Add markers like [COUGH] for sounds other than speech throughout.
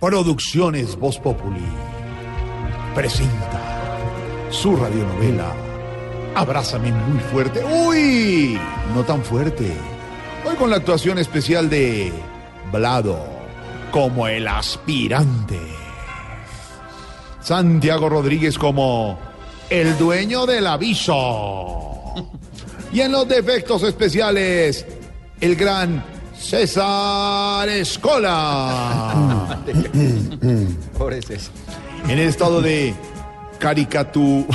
Producciones Voz Populi presenta su radionovela Abrázame muy fuerte. ¡Uy! No tan fuerte. Hoy con la actuación especial de Blado como el aspirante. Santiago Rodríguez como el dueño del aviso. Y en los defectos especiales, el gran César Escola. en estado de caricatu.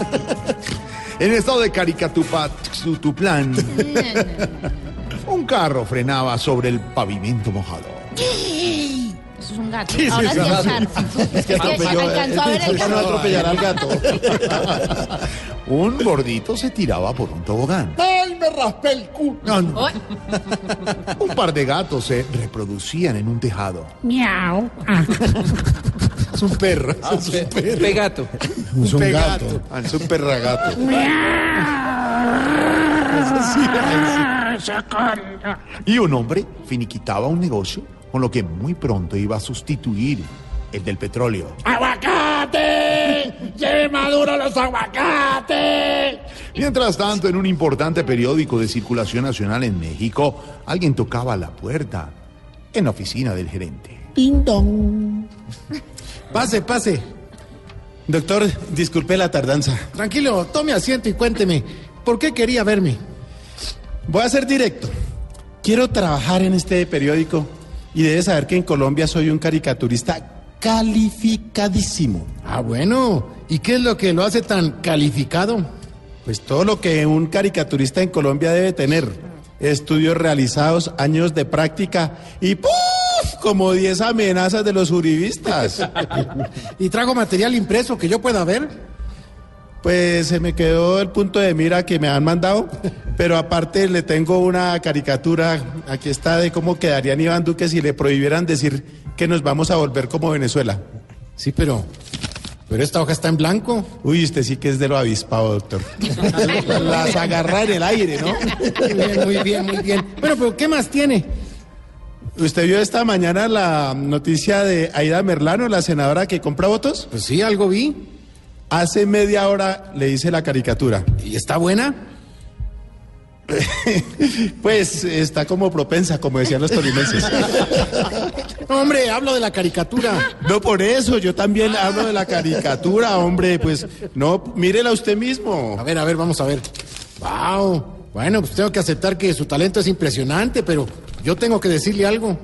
[LAUGHS] en estado de caricatuplan. Un carro frenaba sobre el pavimento mojado. Eso es un gato. Ahora sí es gato. Es que eh, eh, alcanzó a ver el gato. atropellar al gato. [LAUGHS] Un gordito se tiraba por un tobogán. ¡Ay, me raspé el culo! [LAUGHS] Un par de gatos se reproducían en un tejado. Miau. [LAUGHS] Es un perro. Es Ah, un perro. Pegato. Es un gato. Ah, Es un perragato. [LAUGHS] Y un hombre finiquitaba un negocio con lo que muy pronto iba a sustituir el del petróleo. ¡Aguacate! ¡Lleve maduro los aguacates! Mientras tanto, en un importante periódico de circulación nacional en México, alguien tocaba la puerta en la oficina del gerente. Pase, pase. Doctor, disculpe la tardanza. Tranquilo, tome asiento y cuénteme. ¿Por qué quería verme? Voy a ser directo. Quiero trabajar en este periódico y debe saber que en Colombia soy un caricaturista calificadísimo. Ah, bueno. ¿Y qué es lo que lo hace tan calificado? Pues todo lo que un caricaturista en Colombia debe tener. Estudios realizados, años de práctica y ¡puf! Como 10 amenazas de los uribistas. [LAUGHS] ¿Y trago material impreso que yo pueda ver? Pues se me quedó el punto de mira que me han mandado, pero aparte le tengo una caricatura, aquí está, de cómo quedarían Iván Duque si le prohibieran decir que nos vamos a volver como Venezuela. Sí, pero, pero esta hoja está en blanco. Uy, usted sí que es de lo avispado, doctor. Las agarra en el aire, ¿no? [LAUGHS] Muy bien, muy bien. Bueno, pero ¿qué más tiene? ¿Usted vio esta mañana la noticia de Aida Merlano, la senadora que compra votos? Pues sí, algo vi. Hace media hora le hice la caricatura. [LAUGHS] ¿Y está buena? pues está como propensa, como decían los tolimenses. hombre, hablo de la caricatura. No por eso, yo también hablo de la caricatura, hombre. Pues no, mírela usted mismo. A ver, a ver, vamos a ver. Wow. Bueno, pues tengo que aceptar que su talento es impresionante, pero yo tengo que decirle algo.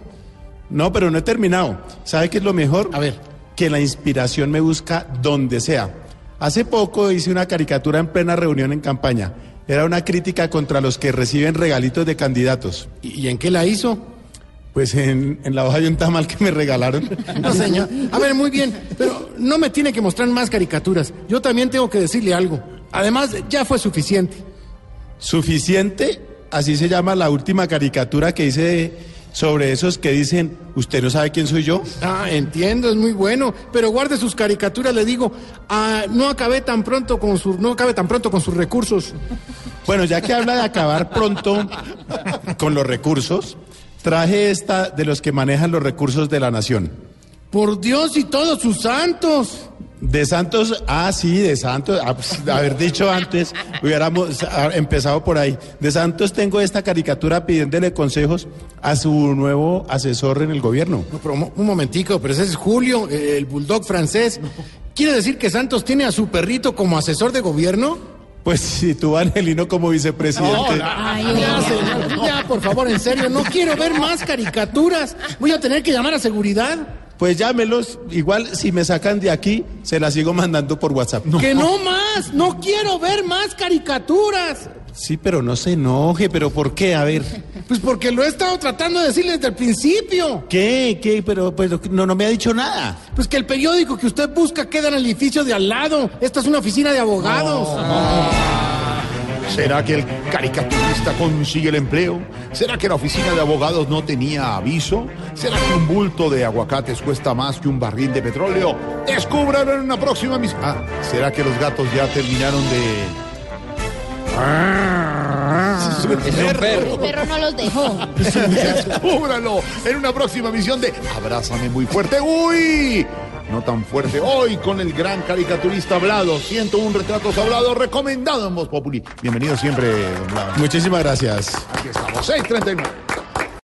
No, pero no he terminado. ¿Sabe qué es lo mejor? A ver. Que la inspiración me busca donde sea. Hace poco hice una caricatura en plena reunión en campaña. Era una crítica contra los que reciben regalitos de candidatos. ¿Y en qué la hizo? Pues en, en la hoja de un tamal que me regalaron. [LAUGHS] No, señor. A ver, muy bien. Pero no me tiene que mostrar más caricaturas. Yo también tengo que decirle algo. Además, ya fue suficiente. Suficiente, así se llama la última caricatura que hice sobre esos que dicen, usted no sabe quién soy yo. Ah, entiendo, es muy bueno, pero guarde sus caricaturas, le digo, ah, no acabé tan pronto con sus, no acabe tan pronto con sus recursos. Bueno, ya que habla de acabar pronto con los recursos, traje esta de los que manejan los recursos de la nación. Por Dios y todos sus santos. De Santos, ah, sí, de Santos, ah, pues, de haber dicho antes, hubiéramos ah, empezado por ahí. De Santos tengo esta caricatura pidiéndole consejos a su nuevo asesor en el gobierno. un momentico, pero ese es Julio, el bulldog francés. ¿Quiere decir que Santos tiene a su perrito como asesor de gobierno? Pues [LAUGHS] si tú, Angelino, como vicepresidente. Ya, señor, ya, por favor, en serio, no quiero ver más caricaturas. Voy a tener que llamar a seguridad. Pues llámelos, igual si me sacan de aquí, se las sigo mandando por WhatsApp. ¡Que no más! ¡No quiero ver más caricaturas! Sí, pero no se enoje, pero ¿por qué? A ver. Pues porque lo he estado tratando de decirle desde el principio. ¿Qué? ¿Qué? Pero pues, no, no me ha dicho nada. Pues que el periódico que usted busca queda en el edificio de al lado. Esta es una oficina de abogados. ¿Será que el caricaturista consigue el empleo? ¿Será que la oficina de abogados no tenía aviso? ¿Será que un bulto de aguacates cuesta más que un barril de petróleo? Descubran en una próxima misión. Ah, ¿será que los gatos ya terminaron de... El perro no los dejó. [LAUGHS] Descúbralo en una próxima misión de Abrázame muy fuerte. ¡Uy! No tan fuerte. Hoy con el gran caricaturista Hablado. 101 retratos hablados recomendado en Voz Populi. Bienvenido siempre, don Vlado. Muchísimas gracias. Aquí estamos, 639.